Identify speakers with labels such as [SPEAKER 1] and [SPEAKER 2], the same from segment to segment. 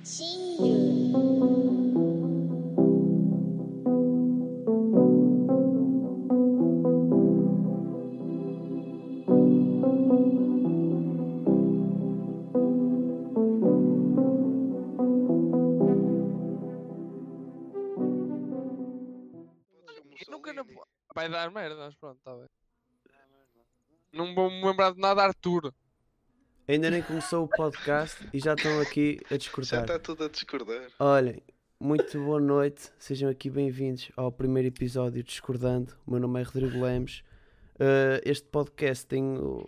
[SPEAKER 1] gatinho.
[SPEAKER 2] Eu nunca na... Vai dar merda, mas pronto, está bem. Não vou me lembrar de nada, Arthur.
[SPEAKER 3] Ainda nem começou o podcast e já estão aqui a discordar.
[SPEAKER 4] Já está tudo a discordar.
[SPEAKER 3] Olhem, muito boa noite, sejam aqui bem-vindos ao primeiro episódio de Discordando. O meu nome é Rodrigo Lemos. Eh, este podcast tem, o-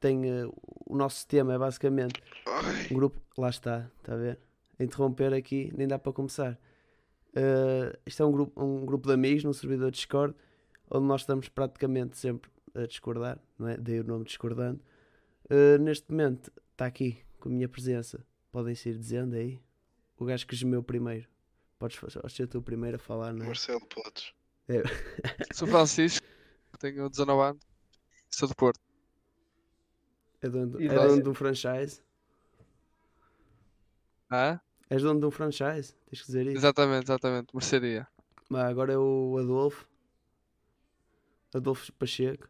[SPEAKER 3] tem eh, o nosso tema, é basicamente
[SPEAKER 4] Ai,
[SPEAKER 3] um grupo. Lá está, está a ver? Interromper aqui, nem dá para começar. Eh, isto é um grupo, um grupo de amigos num servidor Discord, onde nós estamos praticamente sempre a discordar, não é? Dei o nome discordando. Eh, neste momento está aqui, com a minha presença. Podem ir dizendo aí. O gajo que gemeu primeiro. Podes fa- ser tu o primeiro a falar, não é?
[SPEAKER 4] Marcelo, podes.
[SPEAKER 2] Sou Francisco, tenho 19 anos, sou do Porto.
[SPEAKER 3] É dono,
[SPEAKER 5] E
[SPEAKER 3] é
[SPEAKER 5] você?
[SPEAKER 3] dono de um franchise.
[SPEAKER 2] Ah?
[SPEAKER 3] És dono de um franchise, tens que dizer isso.
[SPEAKER 2] Exatamente, exatamente, mercearia.
[SPEAKER 3] Mas agora é o Adolfo. Adolfo Pacheco.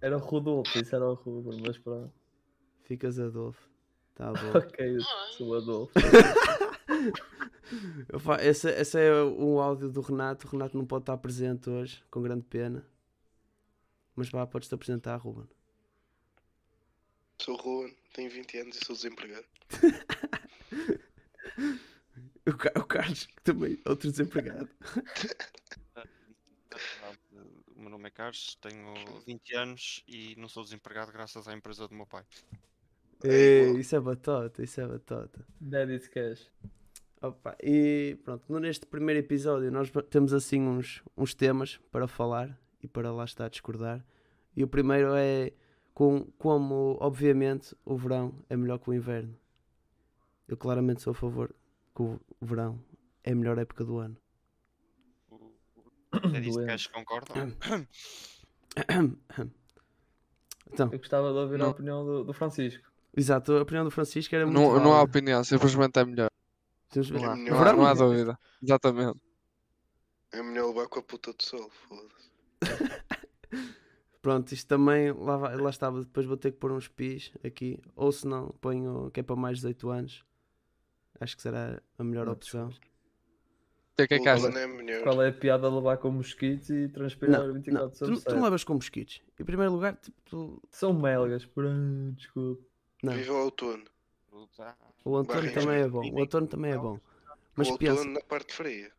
[SPEAKER 5] Era o Rodolfo, isso era o Rubro, mas pronto.
[SPEAKER 3] Ficas Adolfo. Tá bom.
[SPEAKER 5] Ok, eu sou o Adolfo.
[SPEAKER 3] Eu fa- Esse, esse é um áudio do Renato. O Renato não pode estar presente hoje, com grande pena. Mas vá, podes-te apresentar, Ruben.
[SPEAKER 4] Sou o Ruan, tenho 20 anos e sou desempregado.
[SPEAKER 3] O, Ca- o Carlos, que também é outro desempregado.
[SPEAKER 6] Então, O meu nome é Carlos, tenho 20 anos e não sou desempregado graças à empresa do meu pai.
[SPEAKER 3] Ei, isso é batota, isso é batota.
[SPEAKER 5] Dead is cash.
[SPEAKER 3] Opa, e pronto, no- neste primeiro episódio nós va- temos assim uns, uns temas para falar e para lá estar a discordar. E o primeiro é com, como, obviamente, o verão é melhor que o inverno. Eu claramente sou a favor que o verão é a melhor época do ano.
[SPEAKER 6] O- o- É disso que
[SPEAKER 5] Doente.
[SPEAKER 6] acho que concordam?
[SPEAKER 3] Então,
[SPEAKER 5] Eu gostava de ouvir
[SPEAKER 2] Não.
[SPEAKER 5] a opinião do, do Francisco.
[SPEAKER 3] exato, a opinião do Francisco era É muito. né?
[SPEAKER 2] Não, não há
[SPEAKER 3] válida.
[SPEAKER 2] opinião, simplesmente é melhor.
[SPEAKER 3] Temos-
[SPEAKER 2] Não há, não há,
[SPEAKER 3] Verão?
[SPEAKER 2] não há dúvida. Exatamente.
[SPEAKER 4] É melhor levar com a puta do sol, foda-se.
[SPEAKER 3] Pronto, isto também, lá, vai- lá estava, depois vou ter que pôr uns pis aqui, ou se não, ponho que é para mais de 18 anos. Acho que será a melhor
[SPEAKER 5] Não,
[SPEAKER 3] opção.
[SPEAKER 2] O que é que é que
[SPEAKER 4] O
[SPEAKER 2] achas?
[SPEAKER 4] plano é melhor.
[SPEAKER 5] Qual é a piada de levar com mosquitos e transpirar
[SPEAKER 3] Não,
[SPEAKER 5] 24
[SPEAKER 3] não, tu,
[SPEAKER 5] sobre
[SPEAKER 3] não- tu não
[SPEAKER 5] 7?
[SPEAKER 3] levas com mosquitos. Em primeiro lugar, tipo, tu-
[SPEAKER 5] São melgas, pronto, desculpa.
[SPEAKER 3] não.
[SPEAKER 4] Viva o outono.
[SPEAKER 3] o outono
[SPEAKER 4] Barreiras.
[SPEAKER 3] também é bom. O outono também é bom. Mas
[SPEAKER 4] o outono
[SPEAKER 3] pensa,
[SPEAKER 4] na parte fria.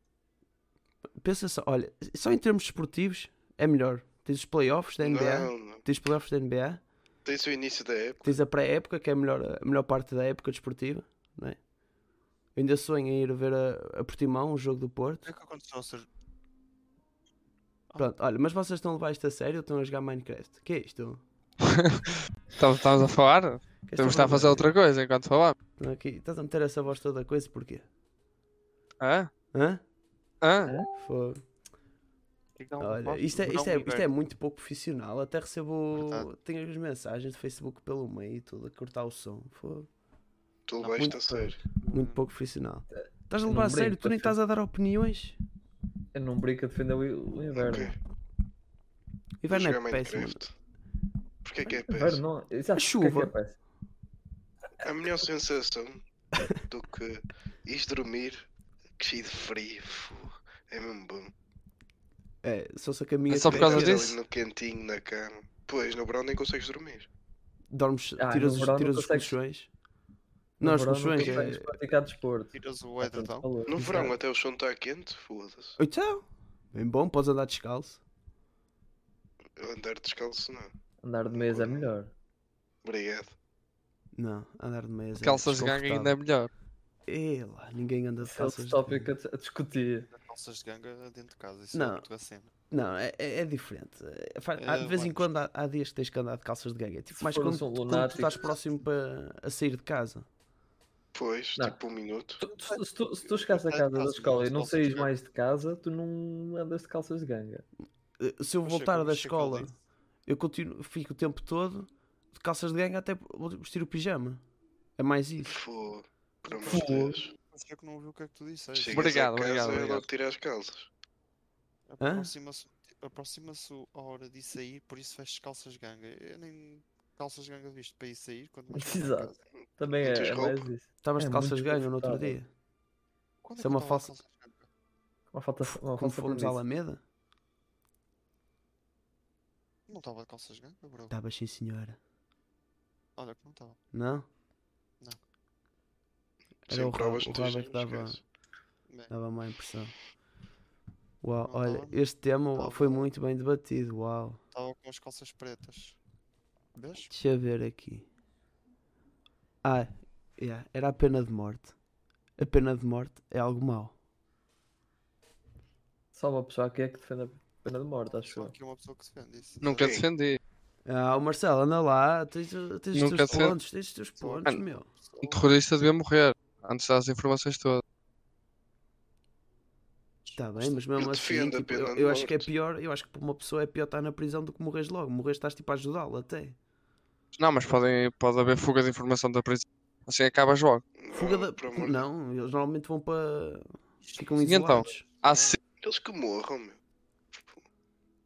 [SPEAKER 3] pensa só, olha, só em termos desportivos é melhor. Tens os playoffs da NBA,
[SPEAKER 4] Não, não.
[SPEAKER 3] tens os playoffs da NBA,
[SPEAKER 4] Tens o início da época.
[SPEAKER 3] tens a pré-época, que é a melhor, a melhor parte da época desportiva, não é? Eu ainda sonho em ir ver a, a Portimão, o jogo do
[SPEAKER 6] O
[SPEAKER 3] Porto.
[SPEAKER 6] que é que aconteceu ao ser...
[SPEAKER 5] Ah.
[SPEAKER 3] Pronto, olha, mas vocês estão a levar isto a sério ou estão a jogar Minecraft? Que é isto?
[SPEAKER 2] Estamos, estamos a falar?
[SPEAKER 3] Que é
[SPEAKER 2] Temos de estar
[SPEAKER 3] esta
[SPEAKER 2] Então a fazer
[SPEAKER 3] brincadeira?
[SPEAKER 2] outra coisa enquanto falamos.
[SPEAKER 3] Estão aqui- Estás a meter essa voz toda coisa porquê?
[SPEAKER 2] Hã?
[SPEAKER 3] Hã?
[SPEAKER 2] Hã?
[SPEAKER 3] Fogo.
[SPEAKER 2] Então,
[SPEAKER 3] Olha, isto é, isto,
[SPEAKER 2] um
[SPEAKER 3] é, isto é muito pouco profissional. Até recebo.
[SPEAKER 6] Verdade.
[SPEAKER 3] Tenho as mensagens do Facebook pelo meio e tudo a cortar o som.
[SPEAKER 2] Hum.
[SPEAKER 3] Foi
[SPEAKER 4] Tu
[SPEAKER 6] Não,
[SPEAKER 4] levaste
[SPEAKER 3] muito
[SPEAKER 4] a sério.
[SPEAKER 3] muito pouco profissional. Estás a
[SPEAKER 5] não
[SPEAKER 3] levar a
[SPEAKER 5] brinco tá
[SPEAKER 3] sério? Tu
[SPEAKER 5] com
[SPEAKER 3] nem
[SPEAKER 5] a
[SPEAKER 3] estás a dar opiniões?
[SPEAKER 5] Eu não brinco a defender o, o inverno.
[SPEAKER 4] Ok.
[SPEAKER 3] E
[SPEAKER 4] Vou
[SPEAKER 3] vai na
[SPEAKER 4] jogar
[SPEAKER 3] péssima.
[SPEAKER 4] Minecraft. Porquê que é
[SPEAKER 5] Inverno
[SPEAKER 4] péssimo?
[SPEAKER 5] não. Exato,
[SPEAKER 3] A
[SPEAKER 5] o que é que
[SPEAKER 3] chuva.
[SPEAKER 5] é péssimo?
[SPEAKER 4] A melhor sensação do que ires dormir que cheio de frio. fô, É mesmo bom.
[SPEAKER 3] É, só se a caminha.
[SPEAKER 2] É só por
[SPEAKER 3] te-
[SPEAKER 2] causa
[SPEAKER 4] Deitas ali
[SPEAKER 2] disso?
[SPEAKER 4] no cantinho, na cama. Pois, no verão nem consegues dormir.
[SPEAKER 3] Dormes,
[SPEAKER 5] Ah,
[SPEAKER 3] tiras,
[SPEAKER 5] no
[SPEAKER 3] os,
[SPEAKER 5] verão não
[SPEAKER 3] tiras os
[SPEAKER 5] consegues-
[SPEAKER 3] colchões. Não, os
[SPEAKER 5] No verão
[SPEAKER 3] colchões.
[SPEAKER 5] Não consegues
[SPEAKER 3] é-
[SPEAKER 5] praticar desporto. Tá
[SPEAKER 6] Tiras o
[SPEAKER 5] Há tanto
[SPEAKER 6] edredão?
[SPEAKER 5] calor.
[SPEAKER 4] No verão até o chão está quente, foda-se.
[SPEAKER 3] Então, bem bom, podes andar descalço.
[SPEAKER 4] Andar descalço não.
[SPEAKER 5] Andar de mesa é melhor.
[SPEAKER 4] Obrigado.
[SPEAKER 3] Não, andar de meias. é
[SPEAKER 2] Calças de gangue ainda é melhor.
[SPEAKER 3] desconfortável. Ei lá, ninguém anda de
[SPEAKER 5] Esse é
[SPEAKER 3] calças.
[SPEAKER 5] outro
[SPEAKER 3] de
[SPEAKER 5] tópico
[SPEAKER 3] gangue.
[SPEAKER 5] a a discutir.
[SPEAKER 6] Calças de ganga dentro de casa, isso
[SPEAKER 3] Não.
[SPEAKER 6] é muito assim.
[SPEAKER 3] Não, é, é- é diferente. É, fa- há-
[SPEAKER 6] É,
[SPEAKER 3] de vez em
[SPEAKER 6] mano.
[SPEAKER 3] quando há, há dias que tens que andar de calças de gangue. É tipo,
[SPEAKER 5] Se
[SPEAKER 3] mais
[SPEAKER 5] for um
[SPEAKER 3] quando,
[SPEAKER 5] som
[SPEAKER 3] quando tu
[SPEAKER 5] lunático.
[SPEAKER 3] estás próximo para a sair de casa.
[SPEAKER 4] Pois,
[SPEAKER 5] Não.
[SPEAKER 4] tipo um minuto.
[SPEAKER 5] Tu- tu- se, tu, se tu chegares a
[SPEAKER 6] Tá de
[SPEAKER 5] casa da
[SPEAKER 6] calças,
[SPEAKER 5] escola e
[SPEAKER 6] mas
[SPEAKER 5] não
[SPEAKER 6] calças de
[SPEAKER 5] saís
[SPEAKER 6] ganga.
[SPEAKER 5] mais de casa, tu não andas de calças de ganga.
[SPEAKER 3] Eh, Se eu
[SPEAKER 6] Mas sei
[SPEAKER 3] voltar
[SPEAKER 6] é como-
[SPEAKER 3] da
[SPEAKER 6] sei qual
[SPEAKER 3] escola,
[SPEAKER 6] disse.
[SPEAKER 3] eu continuo, fico o tipo tempo todo de calças de gangue até vou vestir o pijama. É mais isso.
[SPEAKER 4] Fô, pelo amor de Deus.
[SPEAKER 6] Só que não ouvi o que é que tu disseste.
[SPEAKER 4] Chegas
[SPEAKER 2] Obrigado,
[SPEAKER 4] a casa
[SPEAKER 2] obrigado,
[SPEAKER 4] e
[SPEAKER 2] obrigado.
[SPEAKER 4] logo tirar as calças.
[SPEAKER 6] Aproxima-se aproxima a hora de sair, por isso vestes calças ganga. Eu nem calças ganga visto para ir sair, quanto mais para
[SPEAKER 5] Exato.
[SPEAKER 6] casa.
[SPEAKER 5] Também é,
[SPEAKER 4] Muitas
[SPEAKER 5] é mais
[SPEAKER 4] roupas.
[SPEAKER 5] isso.
[SPEAKER 3] Estavas
[SPEAKER 5] É
[SPEAKER 3] de calças
[SPEAKER 5] muito
[SPEAKER 3] ganho no outro
[SPEAKER 5] confortável.
[SPEAKER 3] dia.
[SPEAKER 6] Quando
[SPEAKER 3] Isso é uma
[SPEAKER 6] que eu tava
[SPEAKER 3] falsa-
[SPEAKER 6] de calças ganga?
[SPEAKER 5] Uma falta, né? uma
[SPEAKER 3] Quando
[SPEAKER 5] falta
[SPEAKER 3] fomos à Alameda?
[SPEAKER 6] Não estava de calças ganga, bro.
[SPEAKER 3] Estavas sim, senhora.
[SPEAKER 6] Olha que não estava.
[SPEAKER 3] Não?
[SPEAKER 6] Não.
[SPEAKER 3] Era
[SPEAKER 4] Sem
[SPEAKER 3] o
[SPEAKER 4] provas,
[SPEAKER 3] Raba-
[SPEAKER 4] não
[SPEAKER 3] o
[SPEAKER 4] tens
[SPEAKER 3] Raba que
[SPEAKER 4] nenhum,
[SPEAKER 3] dava-
[SPEAKER 4] esquece.
[SPEAKER 3] Dava má impressão. Uau,
[SPEAKER 6] Não
[SPEAKER 3] olha,
[SPEAKER 6] tava-
[SPEAKER 3] este tema uau,
[SPEAKER 6] tava-
[SPEAKER 3] foi muito bem debatido. Uau.
[SPEAKER 6] Estava com as calças pretas. Vês?
[SPEAKER 3] Deixa eu ver aqui. Ah, yeah, era a pena de morte. A pena de morte é algo mau.
[SPEAKER 5] Só uma pessoa aqui é que defende a pena de morte, acho
[SPEAKER 6] Só
[SPEAKER 5] eu.
[SPEAKER 6] aqui uma pessoa que defende isso.
[SPEAKER 2] Nunca
[SPEAKER 4] Sim.
[SPEAKER 2] defendi.
[SPEAKER 3] Ah, o Marcelo, anda lá, tens, o- tens os
[SPEAKER 2] Nunca
[SPEAKER 3] teus
[SPEAKER 2] se-
[SPEAKER 3] pontos, tens os teus pontos,
[SPEAKER 2] Mano.
[SPEAKER 3] meu.
[SPEAKER 2] Um terrorista devia morrer antes das informações todas.
[SPEAKER 3] Está bem, mas mesmo
[SPEAKER 4] Eu
[SPEAKER 3] assim,
[SPEAKER 4] defendo a
[SPEAKER 3] tipo,
[SPEAKER 4] pena
[SPEAKER 3] eu,
[SPEAKER 4] de
[SPEAKER 3] eu acho que é
[SPEAKER 4] morte.
[SPEAKER 3] pior, eu acho que para uma pessoa é pior estar na prisão do que morres logo. Morres estás tipo a ajudá-la até.
[SPEAKER 2] Não, mas podem, pode haver fuga de informação da prisão. Assim acabas logo.
[SPEAKER 3] Fuga
[SPEAKER 4] Não,
[SPEAKER 3] da.
[SPEAKER 4] por amor de Deus.
[SPEAKER 3] Não, eles normalmente vão para. Ficam
[SPEAKER 2] E então?
[SPEAKER 3] isolados.
[SPEAKER 2] Há se-
[SPEAKER 4] Eles que morram, meu.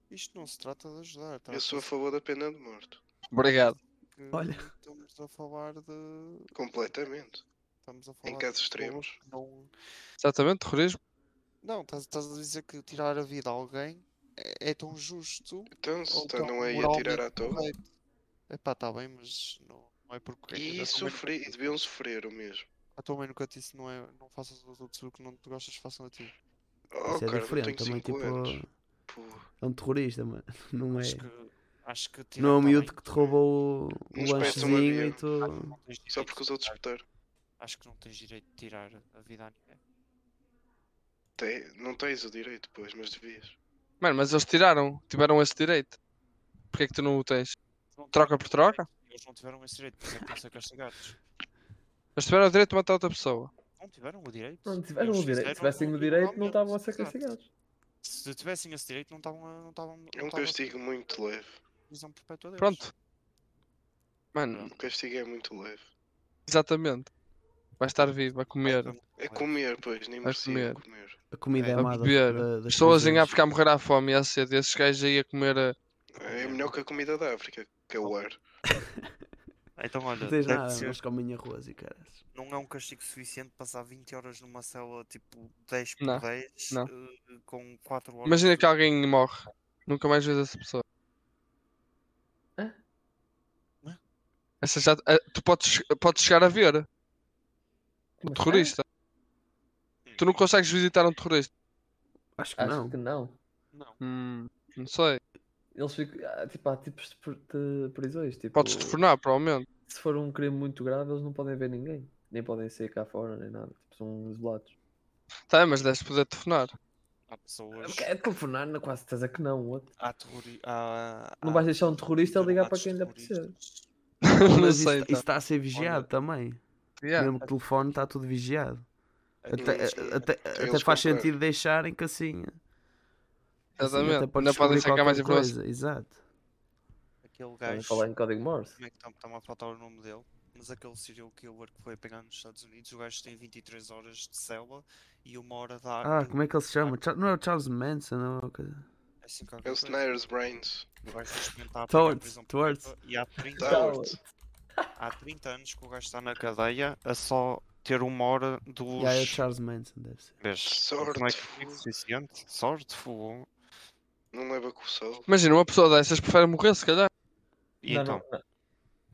[SPEAKER 6] Isto não se trata de ajudar.
[SPEAKER 4] Eu sou a
[SPEAKER 6] trata-se
[SPEAKER 4] favor da pena de morte.
[SPEAKER 2] Obrigado.
[SPEAKER 6] que
[SPEAKER 3] Olha.
[SPEAKER 6] Estamos a falar de.
[SPEAKER 4] Completamente.
[SPEAKER 6] Estamos a falar
[SPEAKER 4] Em
[SPEAKER 6] de
[SPEAKER 4] casos
[SPEAKER 6] pessoas
[SPEAKER 4] extremos.
[SPEAKER 6] que Não,
[SPEAKER 2] Exatamente, terrorismo.
[SPEAKER 6] não estás, estás a dizer que tirar a vida a alguém é, é tão justo.
[SPEAKER 4] Então, se
[SPEAKER 6] ou
[SPEAKER 4] está
[SPEAKER 6] tão
[SPEAKER 4] não é ir
[SPEAKER 6] moralmente
[SPEAKER 4] atirar à toa.
[SPEAKER 6] correto. Epá, está bem, mas não, não é porque. a
[SPEAKER 4] E,
[SPEAKER 6] tua mãe-
[SPEAKER 4] sofrer, e deviam sofrer o mesmo.
[SPEAKER 6] A tua mãe nunca te disse não, é, não faças aos outros o que não te gostas, façam a ti.
[SPEAKER 4] Oh,
[SPEAKER 3] Isso é
[SPEAKER 4] cara,
[SPEAKER 3] diferente
[SPEAKER 4] eu tenho
[SPEAKER 3] também,
[SPEAKER 4] 5
[SPEAKER 3] tipo.
[SPEAKER 4] anos. Pô,
[SPEAKER 3] É um terrorista, mano. Não é.
[SPEAKER 6] Acho que. Acho que tirar
[SPEAKER 3] Não é um
[SPEAKER 6] tá
[SPEAKER 3] miúdo
[SPEAKER 6] bem,
[SPEAKER 3] que te roubou o
[SPEAKER 4] Uns peçam uma
[SPEAKER 3] lanchezinho e
[SPEAKER 4] vida.
[SPEAKER 3] tu.
[SPEAKER 6] acho que não tens
[SPEAKER 4] só
[SPEAKER 6] direito
[SPEAKER 4] porque
[SPEAKER 6] de
[SPEAKER 4] os outros
[SPEAKER 6] tirar-
[SPEAKER 4] votaram.
[SPEAKER 6] Acho que não tens direito de tirar a vida a ninguém.
[SPEAKER 4] Te- Não tens o direito, pois, mas devias.
[SPEAKER 2] Mano, mas eles tiraram, tiveram esse direito. Porquê é que tu não o tens?
[SPEAKER 6] Não
[SPEAKER 2] Troca por
[SPEAKER 6] tiveram esse
[SPEAKER 2] troca?
[SPEAKER 6] direito. Eles não tiveram esse direito, por isso é que estão a ser castigados.
[SPEAKER 2] Eles tiveram o direito de matar outra pessoa.
[SPEAKER 6] Não tiveram o direito.
[SPEAKER 5] Não tiveram
[SPEAKER 6] Eles
[SPEAKER 5] o direito. Se
[SPEAKER 6] fizeram um oh,
[SPEAKER 5] tivessem o direito, não estavam a ser
[SPEAKER 6] Exato.
[SPEAKER 5] castigados.
[SPEAKER 6] Se tivessem esse direito, não estavam a. Não estavam, não
[SPEAKER 4] É um
[SPEAKER 6] estavam a
[SPEAKER 4] castigo muito leve.
[SPEAKER 6] prisão perpétua deles.
[SPEAKER 2] Pronto. Mano,
[SPEAKER 4] O castigo é muito leve.
[SPEAKER 2] exatamente. Vai estar vivo, a comer.
[SPEAKER 6] então,
[SPEAKER 4] É comer, pois, nem
[SPEAKER 2] A comer.
[SPEAKER 4] merecia comer.
[SPEAKER 3] A comida é,
[SPEAKER 2] A
[SPEAKER 3] má da-
[SPEAKER 2] beber.
[SPEAKER 3] da- das
[SPEAKER 2] Pessoas em
[SPEAKER 3] prisões.
[SPEAKER 2] África a morrer à fome e à sede. Esses gajos aí a comer. eh,
[SPEAKER 4] É melhor que a comida da África, que é o ar.
[SPEAKER 6] Então, olha,
[SPEAKER 3] Não é? tens
[SPEAKER 6] deve
[SPEAKER 3] nada,
[SPEAKER 6] ser-
[SPEAKER 3] mas comem arroz e caras.
[SPEAKER 6] não é um castigo suficiente passar 20 horas numa cela tipo 10 por
[SPEAKER 2] Não,
[SPEAKER 6] 10
[SPEAKER 2] não.
[SPEAKER 6] eh, com 4 horas.
[SPEAKER 2] Imagina
[SPEAKER 6] de-
[SPEAKER 2] que alguém morre. Nunca mais vês essa pessoa.
[SPEAKER 5] Hã?
[SPEAKER 6] Hã?
[SPEAKER 2] Essa já, eh, tu podes, podes chegar a ver um
[SPEAKER 5] Mas-
[SPEAKER 2] terrorista. Tu não consegues visitar um terrorista.
[SPEAKER 3] Acho que
[SPEAKER 5] Ah, Acho
[SPEAKER 3] não.
[SPEAKER 5] que não.
[SPEAKER 6] Não.
[SPEAKER 2] Hum, não sei.
[SPEAKER 5] Eles ficam. ah, tipo, há tipos de, pr- de prisões. Tipo,
[SPEAKER 2] Podes telefonar, provavelmente.
[SPEAKER 5] se for um crime muito grave, eles não podem ver ninguém. Nem podem sair cá fora, nem nada. Tipo, são isolados.
[SPEAKER 2] Tá, mas deves poder telefonar.
[SPEAKER 6] Há pessoas.
[SPEAKER 5] É de conformar, na quase certeza que não. what?
[SPEAKER 6] Há terrori... há,
[SPEAKER 5] Não
[SPEAKER 6] há
[SPEAKER 5] vais deixar um terrorista ligar para
[SPEAKER 6] internatos
[SPEAKER 5] quem lhe apetecer.
[SPEAKER 6] terroristas.
[SPEAKER 2] não
[SPEAKER 3] Mas isso
[SPEAKER 2] sei. então.
[SPEAKER 3] está a ser vigiado também.
[SPEAKER 2] Yeah.
[SPEAKER 3] Mesmo que o telefone está tudo vigiado. Até,
[SPEAKER 4] eles-
[SPEAKER 6] é-
[SPEAKER 3] a- até, até
[SPEAKER 4] eles
[SPEAKER 3] faz
[SPEAKER 4] compraram.
[SPEAKER 3] sentido deixarem que assim. assim
[SPEAKER 2] Exatamente.
[SPEAKER 3] até podes
[SPEAKER 2] Ainda podem
[SPEAKER 3] descobrir
[SPEAKER 2] sacar mais
[SPEAKER 3] qualquer
[SPEAKER 2] informação.
[SPEAKER 3] coisa. Exato.
[SPEAKER 6] Aquele
[SPEAKER 5] Podem
[SPEAKER 6] gajo.
[SPEAKER 5] falar em código Morse.
[SPEAKER 6] Como é que está- está-me a faltar o nome dele? Mas aquele serial killer que foi apanhado nos Estados Unidos, o gajo tem 23 horas de cela e uma hora de ar.
[SPEAKER 3] Ah, como é que ele se chama? Cha- Não é o Charles Manson? Não é o que...
[SPEAKER 6] É assim qualquer
[SPEAKER 4] É o
[SPEAKER 6] coisa.
[SPEAKER 4] Snyder's Brains.
[SPEAKER 6] O gajo foi experimentar
[SPEAKER 3] Towards,
[SPEAKER 6] prisão
[SPEAKER 3] towards.
[SPEAKER 6] perpétua e há 30
[SPEAKER 4] Tá.
[SPEAKER 6] anos. Há 30 anos que o gajo está na cadeia a só ter uma hora dos.
[SPEAKER 3] Yeah, é o Charles Manson, deve ser.
[SPEAKER 6] Vês?
[SPEAKER 4] Sorte,
[SPEAKER 6] Não é
[SPEAKER 4] fogo.
[SPEAKER 6] suficiente. Sorte, fogo.
[SPEAKER 4] Não leva com o sol.
[SPEAKER 2] Imagina, uma pessoa dessas prefere morrer, se calhar.
[SPEAKER 6] E
[SPEAKER 5] Não,
[SPEAKER 6] então?
[SPEAKER 5] não, não.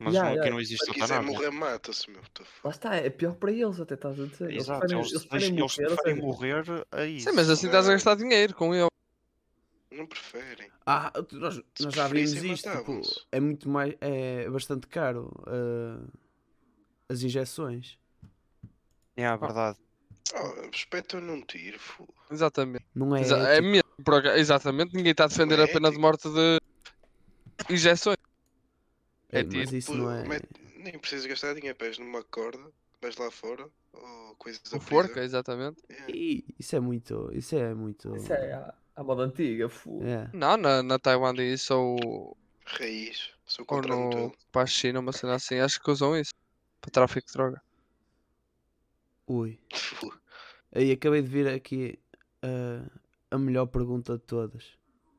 [SPEAKER 6] Mas
[SPEAKER 5] Yeah,
[SPEAKER 6] não,
[SPEAKER 5] yeah.
[SPEAKER 6] aqui não existe né?
[SPEAKER 4] Se quiser
[SPEAKER 6] eutanásia.
[SPEAKER 4] morrer, mata-se, meu. Tô f-
[SPEAKER 5] Lá está, é pior para eles, até estás a dizer. Eles
[SPEAKER 6] Exato,
[SPEAKER 5] preferem-
[SPEAKER 6] eles,
[SPEAKER 5] eles
[SPEAKER 6] deixam-
[SPEAKER 5] preferem morrer,
[SPEAKER 6] eles
[SPEAKER 5] ou
[SPEAKER 6] preferem
[SPEAKER 5] seja,
[SPEAKER 6] morrer a isso. é?
[SPEAKER 2] Sim, mas assim estás a gastar dinheiro com ele.
[SPEAKER 4] Não preferem.
[SPEAKER 3] Ah, tu- nós,
[SPEAKER 4] Se
[SPEAKER 3] nós já vimos
[SPEAKER 4] preferissem,
[SPEAKER 3] isto. Tipo,
[SPEAKER 4] matavam-se.
[SPEAKER 3] é muito mais. É bastante caro ah, as injeções.
[SPEAKER 6] É a verdade.
[SPEAKER 4] Oh, espetam num tiro, fogo.
[SPEAKER 2] Exatamente.
[SPEAKER 3] Não é.
[SPEAKER 2] Exa-
[SPEAKER 3] ético.
[SPEAKER 2] é mesmo, por acaso- Exatamente. Ninguém está a defender
[SPEAKER 4] é
[SPEAKER 2] a pena de
[SPEAKER 4] ético.
[SPEAKER 2] morte de injeções.
[SPEAKER 3] É,
[SPEAKER 2] É
[SPEAKER 3] mas
[SPEAKER 2] tiro.
[SPEAKER 3] isso
[SPEAKER 4] Pô,
[SPEAKER 3] não é.
[SPEAKER 4] mete- Nem precisas gastar dinheiro, pegas numa corda, vais lá fora, ou coisas da
[SPEAKER 2] Com
[SPEAKER 4] prisão.
[SPEAKER 2] forca, Um exatamente.
[SPEAKER 4] É.
[SPEAKER 3] Ih, Isso é muito. Isso é muito.
[SPEAKER 5] Isso é a, a moda antiga, fogo.
[SPEAKER 3] É.
[SPEAKER 2] Não, na, na Taiwan isso ou,
[SPEAKER 4] Raiz. Sou
[SPEAKER 2] ou
[SPEAKER 4] contra
[SPEAKER 2] no
[SPEAKER 4] tudo.
[SPEAKER 2] para a China, uma cena assim, acho que usam isso para tráfico de droga.
[SPEAKER 3] Ui. Aí acabei de vir aqui ah, a melhor pergunta de todas.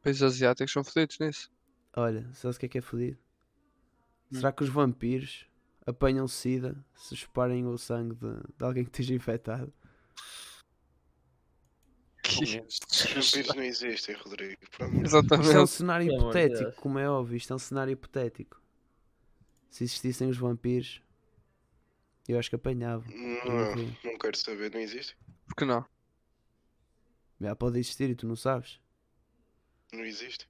[SPEAKER 2] Países asiáticos são fodidos nisso.
[SPEAKER 3] Olha, sabes o que é que é fodido?
[SPEAKER 2] Hum.
[SPEAKER 3] Será que os vampiros apanham sida se chuparem o sangue de, de alguém que esteja infectado?
[SPEAKER 4] Os vampiros não existem, Rodrigo. Por amor de Deus.
[SPEAKER 3] Isto é um
[SPEAKER 2] Exatamente.
[SPEAKER 3] cenário
[SPEAKER 5] Pelo amor de
[SPEAKER 3] hipotético,
[SPEAKER 5] Deus.
[SPEAKER 3] como é óbvio, isto é um cenário hipotético. Se existissem os vampiros, eu acho que apanhava.
[SPEAKER 4] Não,
[SPEAKER 5] Hum.
[SPEAKER 4] não quero saber, não existe.
[SPEAKER 2] Porque não?
[SPEAKER 3] Já pode existir e tu não sabes.
[SPEAKER 4] Não existe.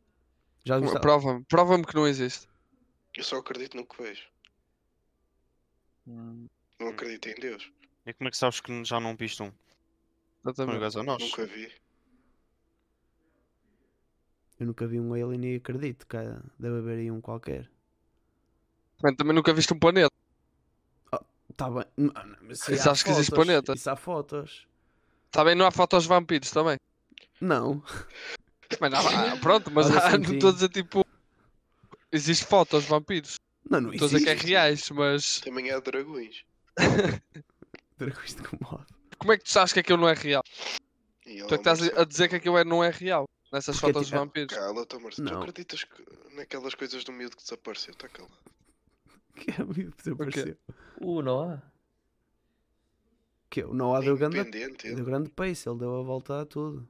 [SPEAKER 3] Já viste al-
[SPEAKER 2] Prova-me. Prova-me que não existe.
[SPEAKER 4] Eu só acredito no que vejo.
[SPEAKER 3] Hum.
[SPEAKER 4] Não
[SPEAKER 6] Hum.
[SPEAKER 4] acredito em Deus.
[SPEAKER 6] E como é que sabes que já não viste um? Não
[SPEAKER 2] Exatamente.
[SPEAKER 6] ligas a nós.
[SPEAKER 4] Nunca vi.
[SPEAKER 3] Eu nunca vi um alien e acredito que há- deve haver aí um qualquer.
[SPEAKER 2] Mas também nunca viste um planeta.
[SPEAKER 3] Tá bem. Não, não, mas se
[SPEAKER 2] E
[SPEAKER 3] há
[SPEAKER 2] sabes que existe
[SPEAKER 3] fotos,
[SPEAKER 2] planeta?
[SPEAKER 3] Isso há fotos.
[SPEAKER 2] Também não há fotos de vampiros também.
[SPEAKER 3] Não.
[SPEAKER 2] Mas há- há- pronto, mas
[SPEAKER 3] Olha, assim,
[SPEAKER 2] há, não
[SPEAKER 3] Santinho.
[SPEAKER 2] estou a dizer tipo. Existe fotos de vampiros.
[SPEAKER 3] Não, não
[SPEAKER 2] Não Estou a dizer que é
[SPEAKER 3] existe.
[SPEAKER 4] Existe.
[SPEAKER 2] reais, mas.
[SPEAKER 4] Também há dragões.
[SPEAKER 3] Dragões de Komodo.
[SPEAKER 2] Como é que tu sabes que aquilo não é real?
[SPEAKER 4] E
[SPEAKER 2] Tu é que estás a dizer que aquilo é- não é real. Nessas
[SPEAKER 3] Porque tipo, é
[SPEAKER 2] fotos de
[SPEAKER 3] tirar-
[SPEAKER 2] vampiros.
[SPEAKER 4] Cala, Tomar. Tu
[SPEAKER 3] Não.
[SPEAKER 4] acreditas que- naquelas coisas do miúdo que desapareceu? Está calado.
[SPEAKER 3] Que é amigo que desapareceu.
[SPEAKER 5] O Noah.
[SPEAKER 3] Que eu não há
[SPEAKER 4] É
[SPEAKER 3] deu grande,
[SPEAKER 4] Independente, ele.
[SPEAKER 3] deu grande pace, ele deu a volta a tudo.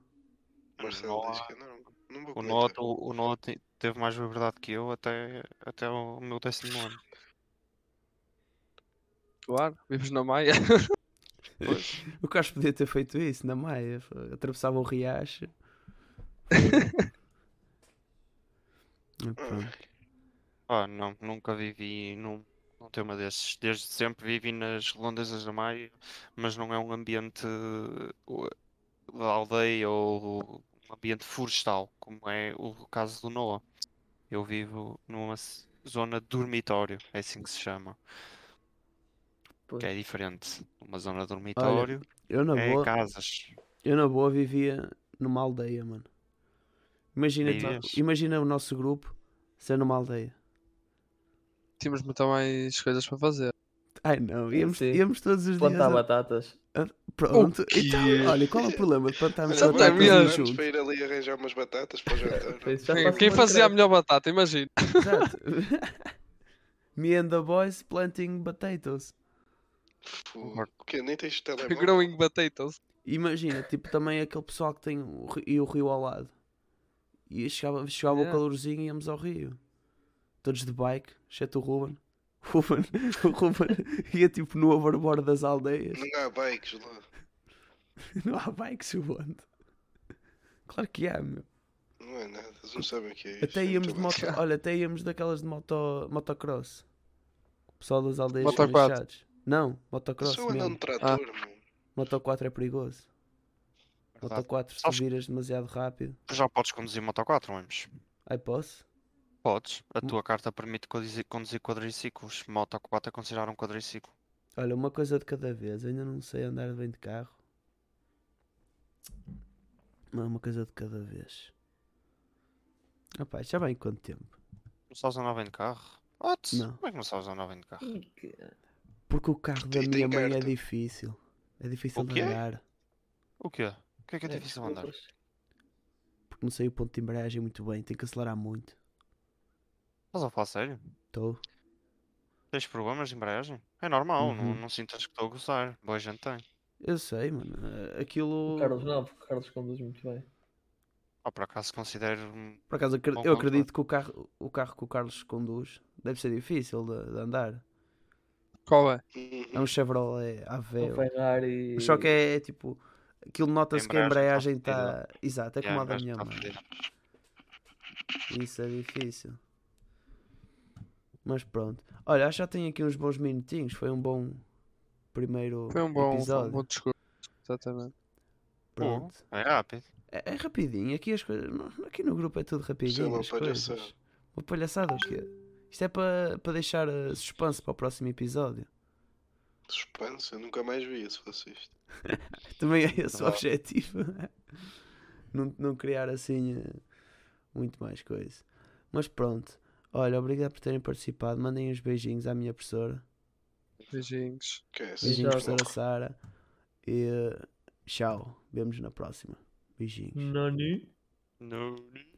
[SPEAKER 4] Marcelo
[SPEAKER 6] Não
[SPEAKER 4] diz
[SPEAKER 6] há-
[SPEAKER 4] que não. Não vou
[SPEAKER 6] O
[SPEAKER 4] comentar.
[SPEAKER 6] Noah, te-
[SPEAKER 2] então.
[SPEAKER 6] o Noah te- teve mais liberdade que eu até, até o meu décimo ano.
[SPEAKER 2] Claro, vives na Maia.
[SPEAKER 3] O Carlos podia ter feito isso na Maia. foi- Atravessava o riacho. Ah, pronto.
[SPEAKER 6] Ah, não, nunca vivi num, num tema desses. Desde sempre vivi nas redondezas da Maia, mas não é um ambiente eh, o- da aldeia ou um ambiente florestal, como é o caso do Noah. Eu vivo numa s- zona de dormitório, é assim que se chama,
[SPEAKER 5] Pois.
[SPEAKER 6] que é diferente. Uma zona de dormitório
[SPEAKER 3] Eu na
[SPEAKER 6] é
[SPEAKER 3] tá boa,
[SPEAKER 6] casas.
[SPEAKER 3] eu na boa vivia numa aldeia, mano. Imagina, tipo,
[SPEAKER 6] Vivias?
[SPEAKER 3] imagina o nosso grupo ser numa aldeia.
[SPEAKER 2] Tínhamos muito mais coisas para fazer.
[SPEAKER 3] Ai não, íamos,
[SPEAKER 5] Sim.
[SPEAKER 3] íamos todos os dias.
[SPEAKER 5] Plantar
[SPEAKER 3] a-
[SPEAKER 5] batatas.
[SPEAKER 3] Pronto,
[SPEAKER 2] O quê?
[SPEAKER 3] então, olha, qual é o problema de plantarmos
[SPEAKER 2] Só
[SPEAKER 3] batatas
[SPEAKER 2] tem
[SPEAKER 3] aí
[SPEAKER 2] medo.
[SPEAKER 3] juntos?
[SPEAKER 4] para ir ali arranjar umas batatas para o jantar.
[SPEAKER 5] Isso já
[SPEAKER 2] Quem-
[SPEAKER 5] faz
[SPEAKER 2] Quem
[SPEAKER 5] uma
[SPEAKER 2] fazia a
[SPEAKER 5] crepe.
[SPEAKER 2] melhor batata, imagina.
[SPEAKER 3] Exato. Me and the boys planting potatoes.
[SPEAKER 4] Fogo. O quê? Nem tens
[SPEAKER 3] É
[SPEAKER 4] telemóvel?
[SPEAKER 2] Growing potatoes.
[SPEAKER 3] Imagina, tipo, também aquele pessoal que tem o ri- e o rio ao lado. E chegava, chegava
[SPEAKER 2] Yeah.
[SPEAKER 3] o calorzinho e íamos ao rio. Todos de bike, exceto o Ruben. Ruben, o Ruben ia tipo no overboard das aldeias.
[SPEAKER 4] Não há bikes lá.
[SPEAKER 3] Não há bikes, o onde? Claro que há, meu.
[SPEAKER 4] Não é nada. Eles não sabem o que é isso.
[SPEAKER 3] Até
[SPEAKER 4] é muito
[SPEAKER 3] íamos de
[SPEAKER 4] bom.
[SPEAKER 3] moto, olha, até íamos daquelas de moto, motocross. O pessoal das aldeias
[SPEAKER 2] Moto
[SPEAKER 3] são
[SPEAKER 2] quatro.
[SPEAKER 3] lixados. Não, motocross
[SPEAKER 4] Só andam
[SPEAKER 3] mesmo.
[SPEAKER 4] de trator,
[SPEAKER 6] Ah.
[SPEAKER 4] mano.
[SPEAKER 3] Moto 4 é perigoso. Moto Tá
[SPEAKER 6] Verdade.
[SPEAKER 3] 4, se tu
[SPEAKER 6] Sabes-
[SPEAKER 3] viras demasiado rápido.
[SPEAKER 6] Tu já podes conduzir moto 4, Ames.
[SPEAKER 3] Ai, posso?
[SPEAKER 6] Podes. A
[SPEAKER 3] Hum.
[SPEAKER 6] tua carta permite conduzi- conduzir quadriciclos. Moto 4 é considerar um quadriciclo.
[SPEAKER 3] Olha, uma coisa de cada vez. Ainda não sei andar bem de carro. Mas uma coisa de cada vez. Rapaz, já vai em quanto tempo?
[SPEAKER 6] Não sabes andar bem de carro? What?
[SPEAKER 3] Não.
[SPEAKER 6] Como é que não sabes andar bem de carro?
[SPEAKER 5] Ih, que-
[SPEAKER 3] Porque o carro da
[SPEAKER 4] Tem-
[SPEAKER 3] minha
[SPEAKER 4] tem
[SPEAKER 3] mãe é
[SPEAKER 4] carta.
[SPEAKER 3] difícil. É difícil
[SPEAKER 6] O
[SPEAKER 3] de
[SPEAKER 6] quê?
[SPEAKER 3] andar.
[SPEAKER 6] O quê? O que é que é
[SPEAKER 5] é,
[SPEAKER 6] difícil andar?
[SPEAKER 5] desculpas.
[SPEAKER 3] Porque não sei o ponto de embreagem muito bem. Tem que acelerar muito.
[SPEAKER 6] Estás a falar sério?
[SPEAKER 3] Estou.
[SPEAKER 6] Tens problemas de embreagem? É normal, não,
[SPEAKER 3] Uhum.
[SPEAKER 6] não sintas que estou a gozar. Boa gente tem.
[SPEAKER 3] Eu sei, mano. eh, Aquilo.
[SPEAKER 5] O Carlos não, porque o Carlos conduz muito bem.
[SPEAKER 6] Ah, por acaso considero. hum,
[SPEAKER 3] Por acaso, acre-
[SPEAKER 6] Bom
[SPEAKER 3] eu
[SPEAKER 6] ponto,
[SPEAKER 3] acredito que o carro, o carro que o Carlos conduz deve ser difícil de, de andar.
[SPEAKER 2] Qual é?
[SPEAKER 4] Uhum.
[SPEAKER 3] É um Chevrolet
[SPEAKER 5] Um
[SPEAKER 3] Aveo.
[SPEAKER 5] Ferrari.
[SPEAKER 3] Só que é, tipo. Aquilo nota-se que a
[SPEAKER 6] embreagem
[SPEAKER 3] embreagem
[SPEAKER 6] tá
[SPEAKER 3] está. Exato, é
[SPEAKER 6] yeah,
[SPEAKER 3] como a da
[SPEAKER 6] mas
[SPEAKER 3] minha
[SPEAKER 6] tá
[SPEAKER 3] mãe.
[SPEAKER 6] fodido.
[SPEAKER 3] Isso é difícil. Mas pronto. Olha, acho que já tenho aqui uns bons minutinhos. Foi um bom primeiro
[SPEAKER 2] Foi um bom, foi um
[SPEAKER 3] episódio.
[SPEAKER 2] bom discurso. Exatamente.
[SPEAKER 3] Pronto.
[SPEAKER 6] É rápido.
[SPEAKER 3] É, é rapidinho. Aqui as coisas. no- Aqui no grupo é tudo
[SPEAKER 4] Isso é
[SPEAKER 3] rapidinho.
[SPEAKER 4] uma
[SPEAKER 3] as coisas.
[SPEAKER 4] palhaçada.
[SPEAKER 3] Uma palhaçada o quê? Isto é para para deixar eh, suspense para o próximo episódio.
[SPEAKER 4] Suspense, eu nunca mais vi isso, fosse isto.
[SPEAKER 3] Também é
[SPEAKER 4] Ah.
[SPEAKER 3] esse o
[SPEAKER 6] Verdade.
[SPEAKER 3] objetivo. é? não, não criar assim eh, muito mais coisa. Mas pronto. Olha, obrigado por terem participado. Mandem uns beijinhos à minha professora.
[SPEAKER 2] Beijinhos.
[SPEAKER 4] Que é isso?
[SPEAKER 3] Beijinhos,
[SPEAKER 5] Sim,
[SPEAKER 3] professora Sara. eh, E tchau. Vemos na próxima. Beijinhos.
[SPEAKER 5] Nani?
[SPEAKER 6] No.